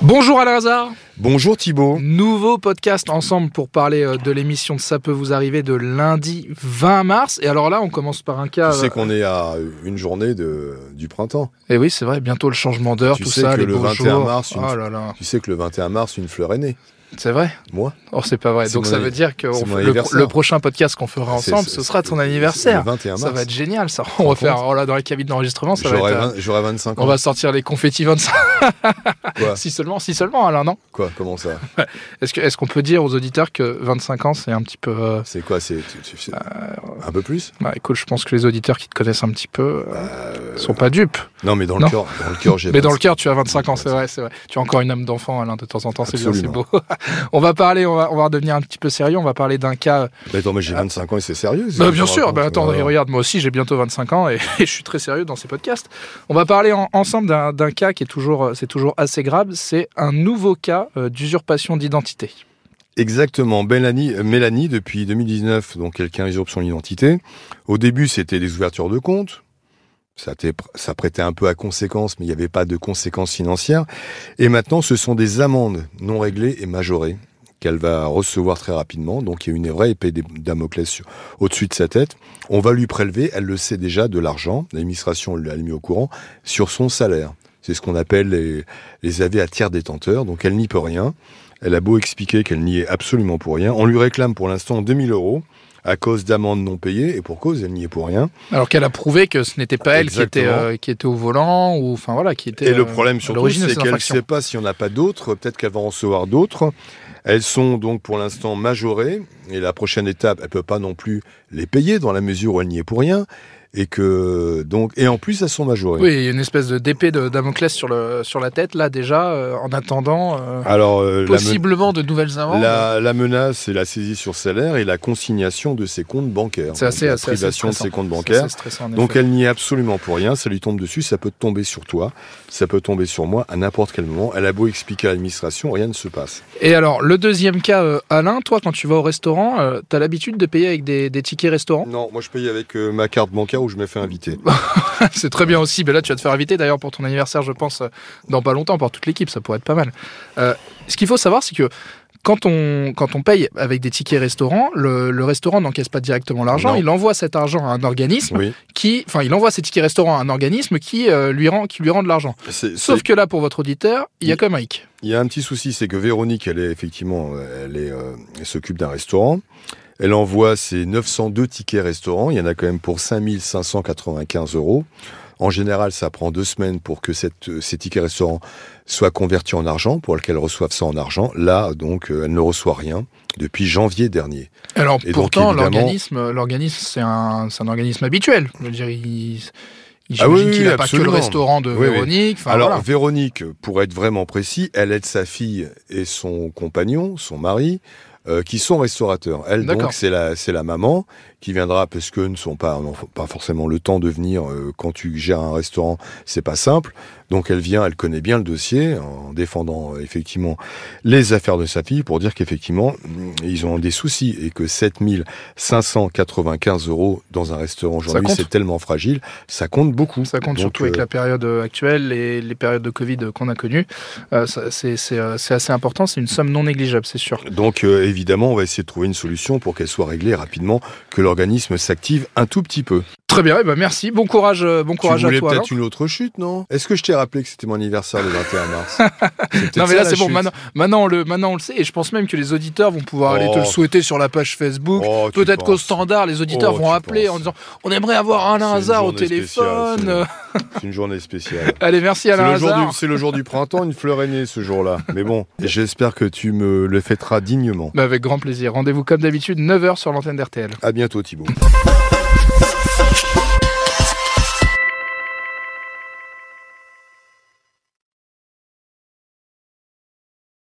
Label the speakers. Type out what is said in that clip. Speaker 1: Bonjour Alain Hazard
Speaker 2: Bonjour Thibault.
Speaker 1: Mmh. Nouveau podcast ensemble pour parler euh, de l'émission de Ça peut vous arriver de lundi 20 mars. Et alors là, on commence par un cas.
Speaker 2: Tu sais
Speaker 1: euh,
Speaker 2: qu'on est à une journée de, du printemps.
Speaker 1: Eh oui, c'est vrai, bientôt le changement d'heure,
Speaker 2: Tu
Speaker 1: tout
Speaker 2: sais
Speaker 1: ça,
Speaker 2: que
Speaker 1: les
Speaker 2: le
Speaker 1: beaux
Speaker 2: 21
Speaker 1: jours.
Speaker 2: mars, une-
Speaker 1: Oh là là,
Speaker 2: Tu sais que le 21 mars, une fleur est née.
Speaker 1: c'est vrai
Speaker 2: Moi,
Speaker 1: Oh, c'est pas vrai.
Speaker 2: C'est
Speaker 1: Donc
Speaker 2: mon
Speaker 1: ça
Speaker 2: anni-
Speaker 1: veut dire que
Speaker 2: c'est
Speaker 1: on-
Speaker 2: mon
Speaker 1: le,
Speaker 2: anniversaire.
Speaker 1: le prochain podcast qu'on fera
Speaker 2: C'est-
Speaker 1: ensemble,
Speaker 2: c'est-
Speaker 1: ce sera ton
Speaker 2: c'est-
Speaker 1: anniversaire.
Speaker 2: Le 21 mars.
Speaker 1: Ça va être génial, ça. On va
Speaker 2: rends
Speaker 1: faire. Oh là, dans la cabine d'enregistrement, ça va être.
Speaker 2: J'aurai
Speaker 1: euh,
Speaker 2: 20 j'aurai 25 ans.
Speaker 1: On va sortir les confettis 25.
Speaker 2: Quoi
Speaker 1: si seulement, si seulement, Alain, non
Speaker 2: Quoi Comment ça
Speaker 1: Est-ce que- est-ce qu'on peut dire aux auditeurs que 25 ans, c'est un petit peu. euh,
Speaker 2: C'est quoi C'est tu- tu- c'est- un peu plus
Speaker 1: Bah écoute, je pense que les auditeurs qui te connaissent un petit peu euh, sont pas dupes.
Speaker 2: Non, mais dans
Speaker 1: Non.
Speaker 2: le cœur, dans le cœur, j'ai.
Speaker 1: Mais dans le
Speaker 2: 25.
Speaker 1: cœur, tu as 25 ans, c'est vrai, c'est vrai. Tu as encore une âme d'enfant, Alain, de temps en temps, c'est bien, c'est beau.
Speaker 2: Absolument.
Speaker 1: on va parler, on va, on va redevenir un petit peu sérieux, on va parler d'un cas.
Speaker 2: Mais attends, mais j'ai 25 ans et c'est sérieux. ce
Speaker 1: Ah. Bah,
Speaker 2: que
Speaker 1: bien
Speaker 2: tu
Speaker 1: sûr,
Speaker 2: racontes.
Speaker 1: bah, attends,
Speaker 2: Alors,
Speaker 1: regarde, moi aussi j'ai bientôt 25 ans et, et je suis très sérieux dans ces podcasts. On va parler en- ensemble d'un d'un cas qui est toujours, euh, c'est toujours assez grave, c'est un nouveau cas euh, d'usurpation d'identité.
Speaker 2: Exactement, Mélanie, euh, Mélanie depuis 2019, donc quelqu'un usurpe son identité. Au début, c'était des ouvertures de compte. Ça, t'est- ça prêtait un peu à conséquence, mais il n'y avait pas de conséquences financières. Et maintenant, ce sont des amendes non réglées et majorées qu'elle va recevoir très rapidement. Donc, il y a une vraie épée des- Damoclès sur- au-dessus de sa tête. On va lui prélever, elle le sait déjà, de l'argent. L'administration l'a mis au courant sur son salaire. C'est ce qu'on appelle les, les AV à tiers détenteur. Donc, elle n'y peut rien. Elle a beau expliquer qu'elle n'y est absolument pour rien. On lui réclame pour l'instant 2000 euros à cause d'amendes non payées et pour cause, elle n'y est pour rien.
Speaker 1: Alors qu'elle a prouvé que ce n'était pas elle qui était,
Speaker 2: Exactement.
Speaker 1: euh, qui était au volant ou enfin voilà, qui était.
Speaker 2: Et le
Speaker 1: euh,
Speaker 2: problème
Speaker 1: à
Speaker 2: surtout,
Speaker 1: l'origine de
Speaker 2: c'est
Speaker 1: ces
Speaker 2: qu'elle ne
Speaker 1: infractions.
Speaker 2: sait pas s'il n'y en a pas d'autres. Peut-être qu'elle va en recevoir d'autres. Elles sont donc pour l'instant majorées. Et la prochaine étape, elle peut pas non plus les payer dans la mesure où elle n'y est pour rien. Et que donc et en plus elles sont majorées.
Speaker 1: Oui, il y a une espèce de d'épée de Damoclès sur, le, sur la tête, là, déjà, euh, en attendant euh,
Speaker 2: Alors euh, la, men-
Speaker 1: possiblement de nouvelles amendes.
Speaker 2: la- la menace, c'est la saisie sur salaire et la consignation de ses comptes bancaires.
Speaker 1: C'est
Speaker 2: Donc,
Speaker 1: assez-
Speaker 2: la
Speaker 1: assez- assez
Speaker 2: privation de
Speaker 1: stressant.
Speaker 2: ses comptes
Speaker 1: Ça,
Speaker 2: bancaires.
Speaker 1: c'est stressant, en
Speaker 2: Donc
Speaker 1: effet.
Speaker 2: elle n'y est absolument pour rien, ça lui tombe dessus, ça peut tomber sur toi, ça peut tomber sur moi à n'importe quel moment. Elle a beau expliquer à l'administration, rien ne se passe.
Speaker 1: Et alors, le deuxième cas, euh, Alain, toi, quand tu vas au restaurant, euh, t'as l'habitude de payer avec des, des tickets restaurant.
Speaker 2: Non, moi je paye avec euh, ma carte bancaire où je me fais inviter.
Speaker 1: c'est très bien aussi. Mais là, tu vas te faire inviter, d'ailleurs, pour ton anniversaire, je pense, euh, dans pas longtemps, par toute l'équipe, ça pourrait être pas mal. Euh, ce qu'il faut savoir, c'est que. Quand on, quand on paye avec des tickets restaurant, le, le restaurant n'encaisse pas directement l'argent,
Speaker 2: Non.
Speaker 1: il envoie cet argent à un organisme
Speaker 2: Oui,
Speaker 1: qui, enfin, il envoie ses tickets restaurant à un organisme qui, euh, lui, rend, qui lui rend de l'argent.
Speaker 2: c'est- c'est-
Speaker 1: Sauf que là, pour votre auditeur, il y a quand même un hic.
Speaker 2: il y a un petit souci, c'est que Véronique, elle est effectivement, euh, elle est, euh, elle s'occupe d'un restaurant. Elle envoie ses 902 tickets restaurants, il y en a quand même pour 5595 euros. En général, ça prend deux semaines pour que cette, euh, ces tickets restaurants soient convertis en argent, pour qu'elle reçoive ça en argent. Là, donc, euh, elle ne reçoit rien depuis janvier dernier.
Speaker 1: Alors
Speaker 2: Et donc,
Speaker 1: pourtant,
Speaker 2: évidemment-
Speaker 1: l'organisme, l'organisme, c'est un, c'est un organisme habituel. Je veux dire, il, il-
Speaker 2: Ah oui,
Speaker 1: j'imagine
Speaker 2: oui,
Speaker 1: qu'il n'a pas que le
Speaker 2: absolument.
Speaker 1: restaurant de
Speaker 2: Oui, oui.
Speaker 1: Véronique. Enfin,
Speaker 2: Alors,
Speaker 1: voilà.
Speaker 2: Véronique, pour être vraiment précis, elle aide sa fille et son compagnon, son mari, euh, qui sont restaurateurs. Elle,
Speaker 1: D'accord.
Speaker 2: donc, c'est la, c'est la maman qui viendra parce que ne sont pas, n'ont pas forcément le temps de venir euh, quand tu gères un restaurant, c'est pas simple. Donc, elle vient, elle connaît bien le dossier en défendant euh, effectivement les affaires de sa fille pour dire qu'effectivement, mm, ils ont des soucis et que 7595 euros dans un restaurant aujourd'hui,
Speaker 1: compte.
Speaker 2: c'est tellement fragile, ça compte beaucoup.
Speaker 1: Ça compte
Speaker 2: Donc,
Speaker 1: surtout avec
Speaker 2: euh,
Speaker 1: la période euh, actuelle et les périodes de Covid qu'on a connues. Euh, ça, c'est, c'est, euh, c'est assez important. C'est une somme non négligeable, c'est sûr.
Speaker 2: Donc euh, évidemment, on va essayer de trouver une solution pour qu'elle soit réglée rapidement, que l'organisme s'active un tout petit peu.
Speaker 1: Très bien. Eh ben, merci. Bon courage. euh, Bon courage
Speaker 2: tu
Speaker 1: à
Speaker 2: voulais
Speaker 1: toi. Alain.
Speaker 2: peut-être une autre chute, non Est-ce que je t'ai rappelé que c'était mon anniversaire le 21 mars C'est peut-être
Speaker 1: Non mais
Speaker 2: ça,
Speaker 1: là
Speaker 2: la
Speaker 1: c'est bon,
Speaker 2: chute.
Speaker 1: maintenant, maintenant, on le, maintenant on le sait et je pense même que les auditeurs vont pouvoir aller te le
Speaker 2: Oh.
Speaker 1: souhaiter sur la page Facebook.
Speaker 2: Oh, tu
Speaker 1: Peut-être qu'au
Speaker 2: penses.
Speaker 1: standard les auditeurs
Speaker 2: Oh,
Speaker 1: vont
Speaker 2: tu
Speaker 1: appeler
Speaker 2: penses.
Speaker 1: en disant on aimerait avoir Alain
Speaker 2: C'est une
Speaker 1: Hazard au
Speaker 2: journée
Speaker 1: téléphone.
Speaker 2: spéciale, C'est une journée spéciale.
Speaker 1: Allez, merci
Speaker 2: C'est
Speaker 1: Alain
Speaker 2: le, jour
Speaker 1: Hazard.
Speaker 2: du, c'est le jour du printemps, une fleur est née ce jour-là. Mais bon, j'espère que tu me le fêteras dignement.
Speaker 1: Bah, avec grand plaisir. Rendez-vous comme d'habitude, 9h sur l'antenne d'RTL.
Speaker 2: À bientôt Thibaut.